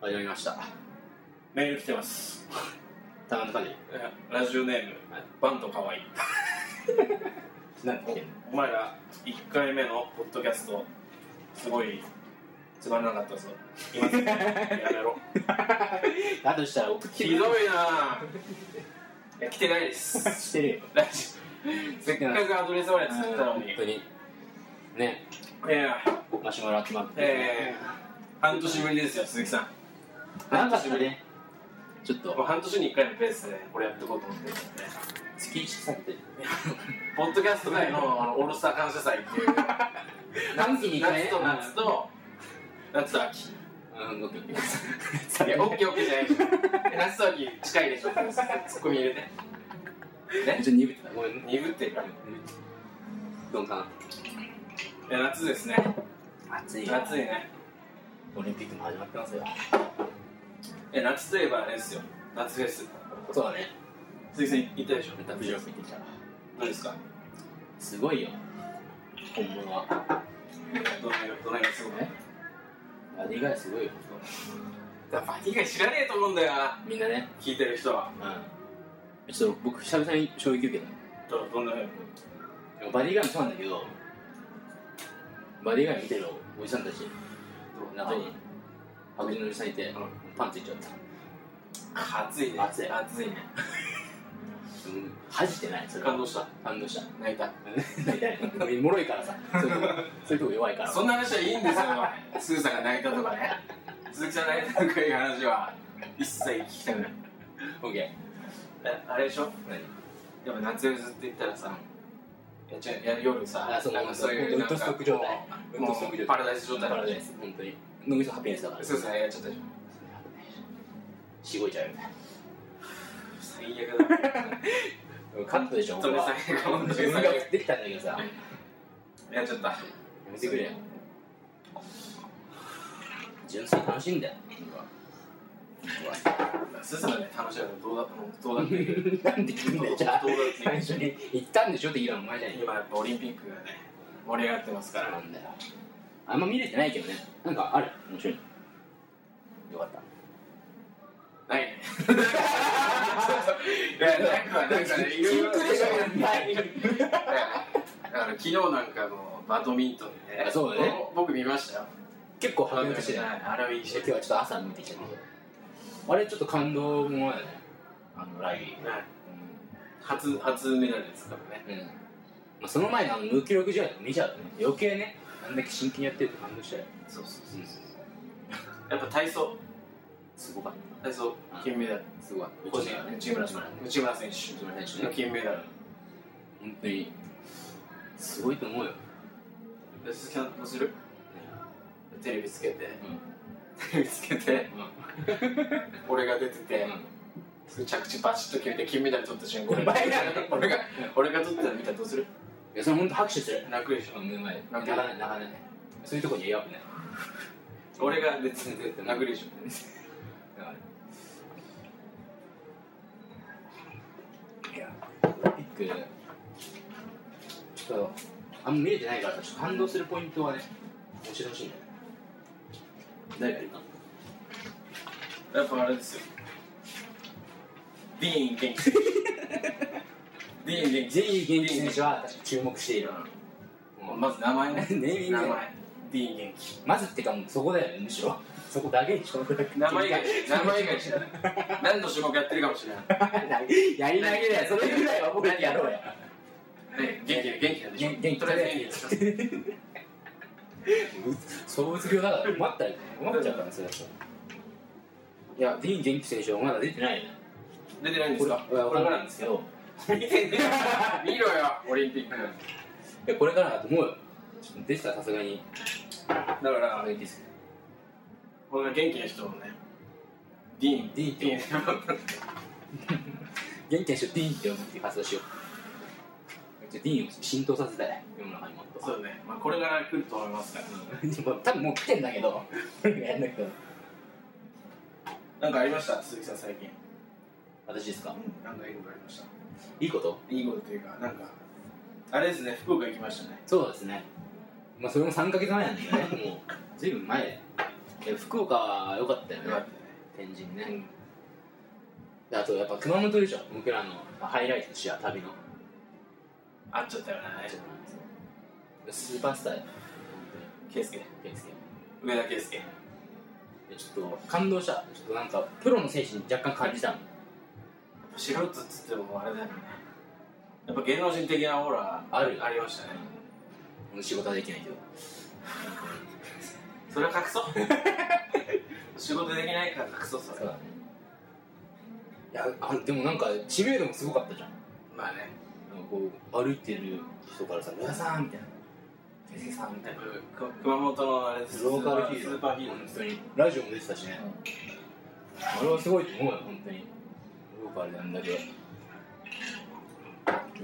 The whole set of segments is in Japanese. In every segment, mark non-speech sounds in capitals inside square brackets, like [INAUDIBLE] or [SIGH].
始まりました。メール来てますたまの中に。ラジオネームはいバンドかわいいなんて来てん [LAUGHS] のお前ら1回目のポッドキャストすごいつまらなかったぞ今すぐやめろだとしたら送ってひくどれいなぁいや来てないですしてるよ。ラジオせっかくアドレスまで作ったのに本当に。ね、いやマシュマロ集まって。えー、半年ぶりですよ鈴木さんなんかそれね、ちょっもうと、半年に1回のペースでこれやっていこうと思ってるんで月一されてる。ポッドキャスト界のあのオールスター感謝祭っていう [LAUGHS] 半期に一回夏と夏と夏と秋うん、ごめんごめんいや、オッケーオッケーじゃないでしょ。夏と秋近いでしょ。ツッコミ入れて。ねちょっと鈍ってた。ごめんね。鈍ってるから。鈍感。いや、夏ですね。暑いよ。夏いね。オリンピックも始まってますよ。え、夏といえばあれですよ。夏フェス。そうだね。鈴木さん行ったでしょま。た藤岡行ってきたわ。どうですかすごいよ。本物は。どの辺が、どの辺がすごいえあれ以外すごいよ。だからバディ以外知らねえと思うんだよな。みんなね。聞いてる人は。うん。ちょっと僕、久々に衝撃受けた。ど、どんな辺バディガイもそうなんだけど、バディガイ見てるおじさんたち、中に、白人のおじさんいて、パンついちゃった。暑いね。暑い暑いね。うん、恥じてない、それは感動した。感動 [LAUGHS] した。泣いた。大体、もろいからさ、そういうとこそういうとこ弱いから。そんな話はいいんですよ。鈴さんが泣いたとかね。鈴木さんが泣いたとかいう話は、一切聞きたくない。オッケえあれでしょー。でも夏フェスって言ったらさ、いや違ういや夜さ、あ、そう、なんかそういうウッなんかドストック状態。ウッもドストック状う態。パラダイス状態パだラっダイス、本当に。脳みそハッピネスだから。た。そうですね、やっちゃったでしょ。しごいちゃうよね。最悪だ。カットでしょ、本当には [LAUGHS] 最悪本当に自最悪分ができたんだけどさ、ややっちゃった。めてくれよ。純粋に楽しいんだよ、僕は。僕はすずがね、楽しいのどうだったのどうだったのなんで聞くんだよ、じゃあどうだっ。た最の初に行ったんでしょって言うのお前じゃねえ今やっぱオリンピックがね、盛り上がってますかからら。なんだよ。あんま見れてないけどね。なんかある面白いの。よかった。ないね。そうそういや、なんか、なんかね、いろいろ。シンクでしょないだから昨日なんかのバドミントンでね、あそうだねぼ僕見ましたよ。結構ハメとしてじゃない。ない、あれはいいし今。日はちょっと朝見てきたけど。あれちょっと感動もあるね。あのライはい初初メダルですからねブ。うん。まあ、その前のあの無気力試合とか見ちゃうとね、余計ね、あんだけ真剣にやってると感動しちゃうよ。そうそううん。やっぱ体操すごかっ体操金メダルた。すごかった。個人内村内さ村。ん内村選手内村選手のね。金メダル本当に、すごいと思うよ。で鈴木さんどうするテレビつけてうテレビつけてん。うん。俺が出てて着地バシッと決めて金メダル取った瞬間俺おが前が俺が俺が取ったら見たらどうするいや、それ本当拍手する。泣くでし目の前で。なん泣かかない、泣かない。そういうとこにやばくない。ょ俺が出てて泣くでしいや、オリンピック、ちょっと、あんま見れてないからさ、ちょっと感動するポイントはね、教えてほしいんだよ。誰がいるか。ょやっぱあれですよディーン元気ディーン元気ジェイ元気選手は、私注目している。もうままず名前ねネーミング名ね前ディーン元気まずってか、もうそこだよね、むしろ。 [LAUGHS] そこだけにしょ名前以 [LAUGHS] 外名前以外知らない何の種目やってるかもしれなやり投げだよ、それぐらいは僕らにやろうや。 [LAUGHS] い、ね、元気元気なんでしょ元気とりあえず元気でしょそううつ病だから困ったよね困っちゃうからねそれだといやディーン元気選手はまだ出てないよね出てないんですかこれこれからなんですけど見てね見ろよオリンピックだいやこれからだと思うよちょっと出てたらさすがにかられですこんな元気な人をねディーンディーンってディーン元気選手をディーンって呼ぶっていう活動しようちょっとディーンを浸透させたい世の中にもっとそうね、まあ、これから来ると思いますからでも多分もう来 [LAUGHS] てんだけど俺が [LAUGHS] やんなくてもなんかありました鈴木さん最近私ですかなんかいいことありましたいいこといいことというかなんかあれですね福岡行きましたねそうですねまあそれも3ヶ月前なんだけどねもうずいぶん前え福岡は良かったよねよかっ天神たね、ねであとやっぱ熊本でしょ僕らのハイライトとしては旅のあっちゃったよねスーパースターや圭介健介上田圭介でちょっと感動したちょっとなんかプロの選手に若干感じたの素人っつってもあれだよねやっぱ芸能人的なオーラあるよありましたね俺仕事はできないけどそれは隠そう [LAUGHS] 仕事できないから隠そうそれはねいやあでもなんか知名度もすごかったじゃんまあねなんかこう歩いてる人からさ「皆さん」みたいな「先生さん」みたいなく熊本のあれですローカルヒースローーパーヒーロー本当にラジオも出てたしね、あれはすごいと思うよ本当にローカルであんだけい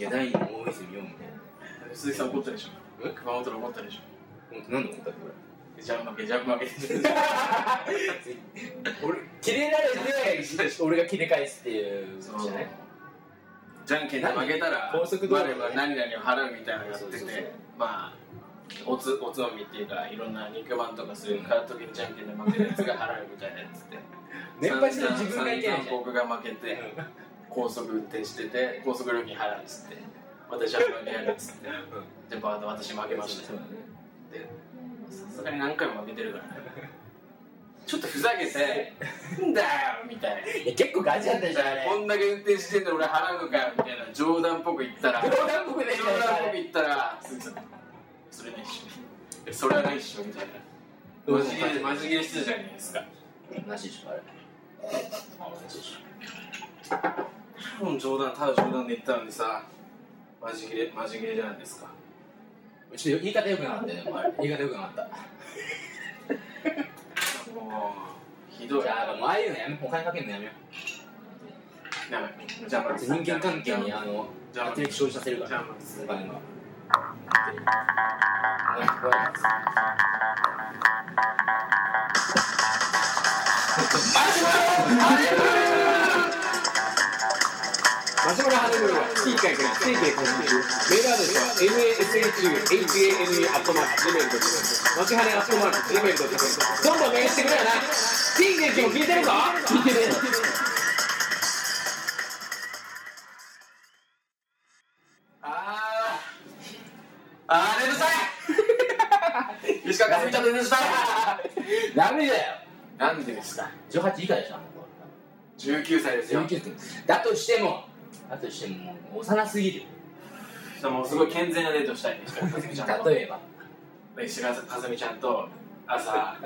や第二の大泉洋みたいな鈴木さん怒ったでしょえ熊本の怒ったでしょ本当何で思ったっけ [LAUGHS] 俺ジャン負けジャン負け俺キレられて俺が切れ返すっていうことじゃないじゃんけんで負けたら何高速道路我々は何々を払うみたいなのやってそてうそうそうまあおつおつまみっていうかいろんな肉まんとかそういう買う時にじゃんけんで負けたやつが払うみたいなやつって年配してる自分がいけない散じゃん々僕が負けて高速運転してて高速料金払うっつって私は負けやるっつってでバーッと私負けましたよでさすがに何回も負けてるからねちょっとふざけて「んだよ」みたいいや結構ガチだったじゃんあな「これんだけ運転してんの俺払うのかよ」みたいな冗談っぽく言ったら冗冗談っぽくね談っぽく言ったら鈴木さん「それないっしょ」それはないっしょ」みたいなマジ切れマジ切れしてたじゃないですかなしでしょあれなしでし多分冗談ただ冗談で言ったのにさマジ切れマジ切れじゃないですかょちょっと言い方よくなかったよねお前言い方よくなかったもうひどいじゃあもうああいうのやめお金かけるのやめよなんかじゃあう人間関係にああのじゃあ圧力生じさせるかじゃらあお金はマシュマロハネムーは月1回から不定期で更新中。メールアドレスは nashua, hana, アットマーク、gmail.com。マシュハネアットマーク、gmail.com。どんどんメールしてくれよな。金劇も聞いてるぞ聞いてるあーあー [LAUGHS] 寝るさい石川かすみちゃん寝るさダメだよいなんでですか18以下でしょあの子19歳ですよ19点だとしてもだとしてももう幼すぎるもうすごい健全なデートしたいね石川かすみちゃんと例えば石川かすみちゃんと朝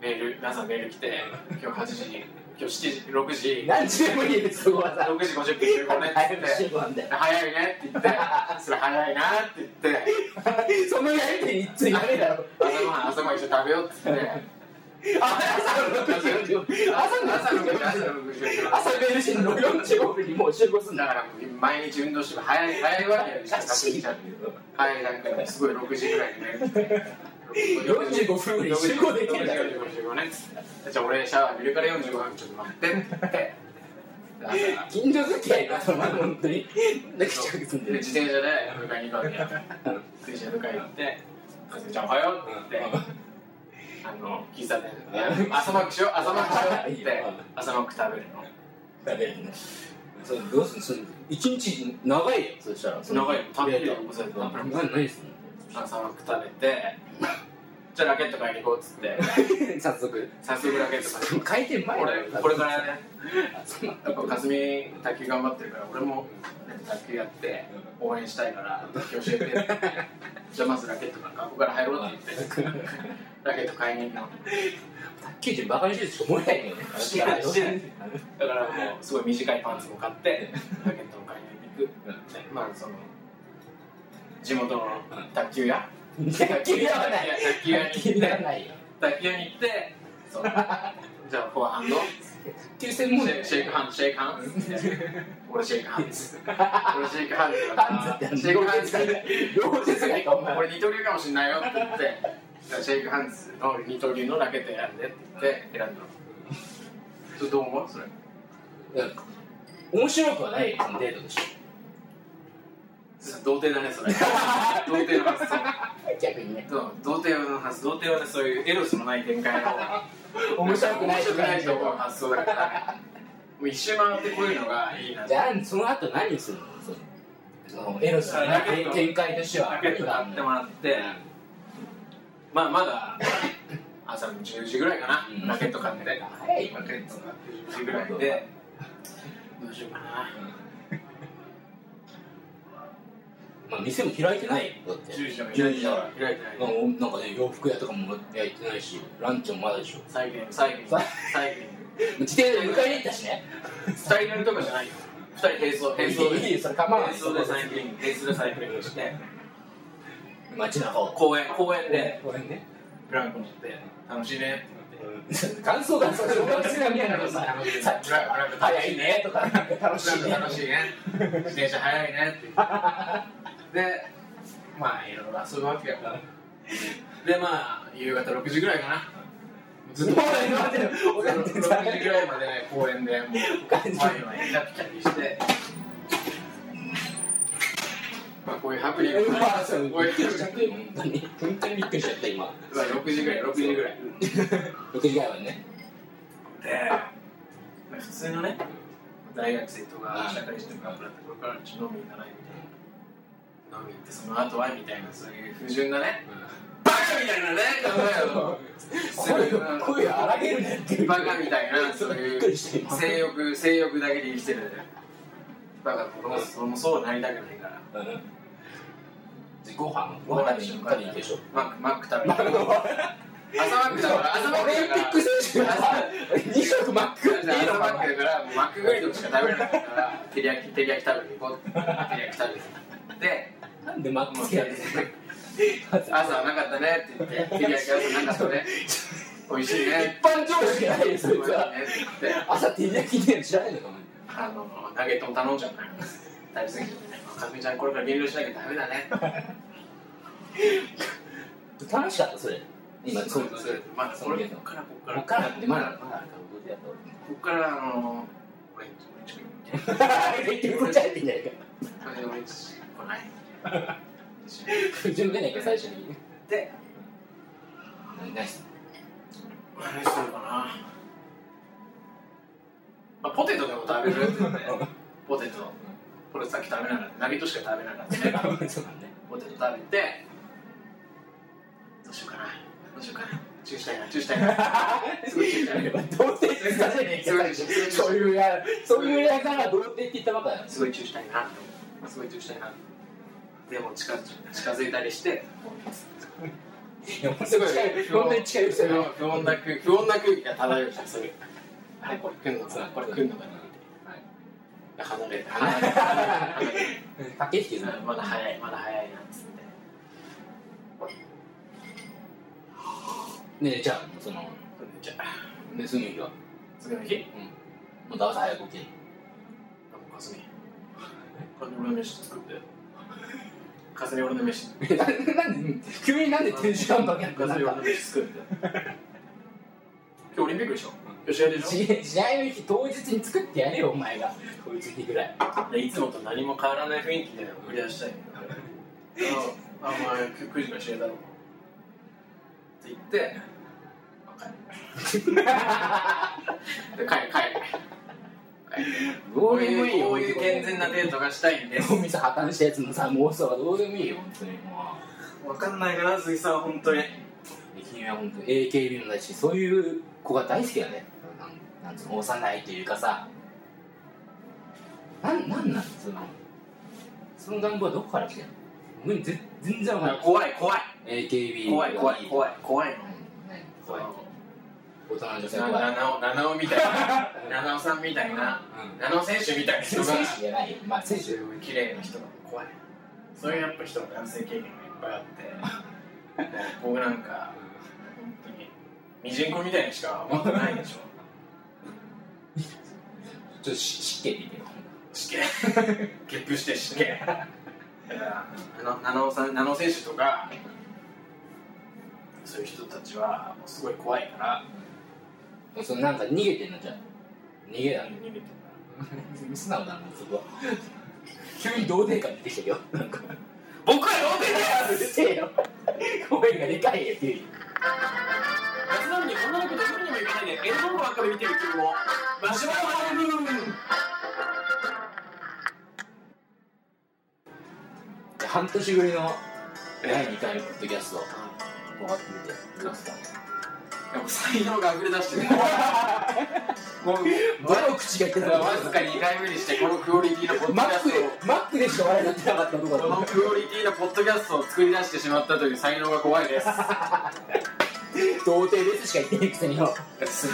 メール朝メール来て今日8時に今日7時6時何時でもいいですそこはさ6時50分集合ねっつって集合なんだよ早いねって言ってそれ早いなって言ってそのやりとりいつやめだろ朝ごはん朝ごはん一緒に食べようっつって朝の6時45分朝の朝朝のの6時朝の6時朝メールしてんの45分にもう集合すんだだからもう毎日運動しても早い早いわけよおかしい早いなんかすごい6時ぐらいにね45分ぐらい集合できるだろ45ねじゃあ俺シャワー見るから45分ちょっと待ってって言って朝近所付き合いだその本当にだけ近く住んででる自転車で迎えに行くわけよ自転車迎えに行って「かすみちゃんおはよう」って言ってあの喫茶店で朝マックしよう朝マックしようって言って朝マック食べるの食べるねそれどうするそれ一日長いよそしたら長いよたっぷり残残さされれててた何すん朝マック食べてじゃあラケット買いに行こうっつっての早速早速ラケット買いに行こう回転前だよ俺これからねそんなやっぱかすみ卓球頑張ってるから俺も卓球やって応援したいから卓球教えて [LAUGHS] ってじゃあまずラケットから学校から入ろうって言ってラケット買いに行くの卓球人バカにしてるしか思えないけどね知らない知らないだからもうすごい短いパンツも買ってラケットも買いに行く、でまあその地元の卓球屋卓球やらない卓球屋に行ってやらないよ卓球屋に行って [LAUGHS] そのじゃあフォアハンド卓球 [LAUGHS] 専門シだよェイねシェイクハンズ、シェイクハンズ。 [LAUGHS] 俺シェイクハンズ。俺シェイクハンズ [LAUGHS] だハンズってあかのら。シェイクハンズだから。 [LAUGHS] 両方手使いかお前俺二刀流かもしんないよって言って、じゃあシェイクハンズの二刀流のラケット選んでって言って選んだの。ちょっとどう思うそれ。うん面白くはないよそのデートとして童貞だね、それ。童貞の発想。逆にねねそう童貞の話童貞はねそういうエロスのない展開の面白くな面い白くないところの発想だからもう一周回ってこういうのがいいなじゃあその後何するのそのそのエロスのラケット展開としてはラケット何があ買んってのもらってまあまだ朝の10時ぐらいかな、うんラケット買ってラ早いよケット買って10時ぐらいでどうしようかなまあ店も開いてないよだって10時だから10時だから開いてないなんかおなんかね洋服屋とかもやってないしランチもまだでしょサイクリングサイクリングサイクリン自転車で迎えに行ったしねグスタイルとかじゃないよ2人並走並走いいでよそれ構わない並走でサイクリング並走でサイクリングして街中を公園公園でごめんねブランコ乗って楽しいねってなって感想がそれ小学生がみたいなのさ楽しいさっきから楽しい早いねとかなんか楽 [LAUGHS] 楽ししいいねね楽しいね自転車早いねって言ってでまあいろいろ遊ぶわけやからでまあ夕方6時ぐらいかな [LAUGHS] ずっと待ってよ俺6時ぐらいまで公園でもうワイワイキャピキャピしてまあこういうハプニングうがわそうこうびっいくりしうちゃったよ本当に本当にびっくりしちゃった今まあ6時ぐらい6時ぐらい6時ぐらいはねで、まあ、普通のね大学生とか社会人とかだった頃からちょっと飲みに行かないみたいな飲みに行ってその後はみたいなそういう不純なねバカみたいなね考声を声を荒げるねってえをバカみたいなそうびいっくりうして今性欲性欲だけで生きてるんだよバカ俺も俺もそうなりたくないからうんでご飯ご飯食べに行くでしょマックマック食べに行く朝マックだから朝マッオクリンだピッからク選手がさ2食マックっていいの朝マかックだからもうマックグリとかしか食べれないから照り焼き照り焼き食べに行こうって照り焼き食べてでななんでマック好きなんですか朝はなかったねって言って照り焼き朝なかったね美味しいね一般常識ないです美味よしそれいねはって言って朝手焼きで知らないのかあのナゲットも頼んじゃうから食べ過ぎちゃってかずみちゃんこれから減量しなきゃダメだねお前楽しかったそれ今そそううそうまだそれこっからこっから分からんでまだこまだあるかっからあの俺んち俺んち [LAUGHS] ら結局こっち入ってんじゃないかこれ俺んち来ない不純じゃないか最初にで何ナイス何するかな、まあ、ポテトでも食べ [LAUGHS] るって言ってポテトこれさっき食べなかったナゲットしか食べなかったねそうなんだねポテト食べてどうしようかなどうしようかなチューしたいなチューしたいなすごいチューしたいな童貞って言ったじゃねえか最初そういうやそういうやから童貞って言ったばっかだよすごいチューしたいなすごいチューしたいなでも近づ近づいたりしていや本当に近い本当に近いですよ不穏な空不穏な空気が漂うじゃんそれあれこれ来んのかなこれ来んのかな離れ離れ離れ駆け引きなまだ早いまだ早いなっつってねえじゃあそのじゃあねすぐ行くわ次の日もうだ朝早く起きるかすみかすみ俺の飯作ってかすみ俺の飯かななんで急になんでテンション上げんのすなんみ俺かの飯作って今日オリンピックでしょ試合でしょ試試合の日当日に作ってやれよお前が当日にぐらいいつもと何も変わらない雰囲気で売り出したい [LAUGHS] ああお前9時から試合だろって言って帰る帰る帰るどこううでもいいいうよこういう健全なデートがしたいんですお店破綻したやつのさ妄想はどうでもいいよ本当にもわかんないかな鈴木さんは本当にう君は本当 AKB のだしそういう子が大好きだねなんなんつうの幼いというかさなんなんなんそのその願望はどこから来てんの俺全全然わかんない怖い怖い AKB 怖い怖いい怖い怖い怖い大人の女性な怖い七尾七尾みたいな [LAUGHS] 七尾さんみたいなうん七尾選手みたいな人選が手じゃないよまあ選手綺麗な人が怖いそういうやっぱ人の男性経験がいっぱいあって僕なんか本当にミジンコみたいにしか思ってないでしょちょっとし失敬でいいけど死刑ゲップして死刑だからあの七尾さん七尾選手とかそういう人たちはもうすごい怖いからもうそのなんか逃げてんのじゃん逃げだね逃げて [LAUGHS] る素直だなそこは [LAUGHS] 急に同性感出てきたよなんか僕は童貞ですうるせえよご声がでかいよっていう夏なのに女の子と飲みにも行かないで、エロ本ばっかり見てる君も、マシュマロハネムーンで半年ぶりの第2回のポッドキャストを回ってみてどうですかでも才能が溢れ出してる。もどの口が言ってう、なかわずっか2回目にして、このクオリティのポッたドキマャックスでマックでしか笑いが出なかったとトを、ここだのクオリティのポッドキャストを作り出してしまったという才能が怖いです。童貞ですしか言ってないくせによす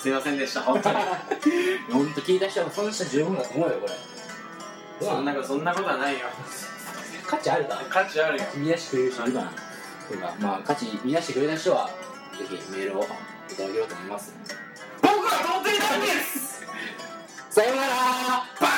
すいませんでした、本当に。本当聞いた人はその人十分だと思うよこれどうそんなんなことそんなことはないよ。価値あるか価値あるよ。見出してくれる人いるかなとかまあ価値見出してくれた人はぜひメールをいただければと思います僕は童貞なんですさようならバイ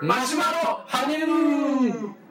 マシュマロハネムーン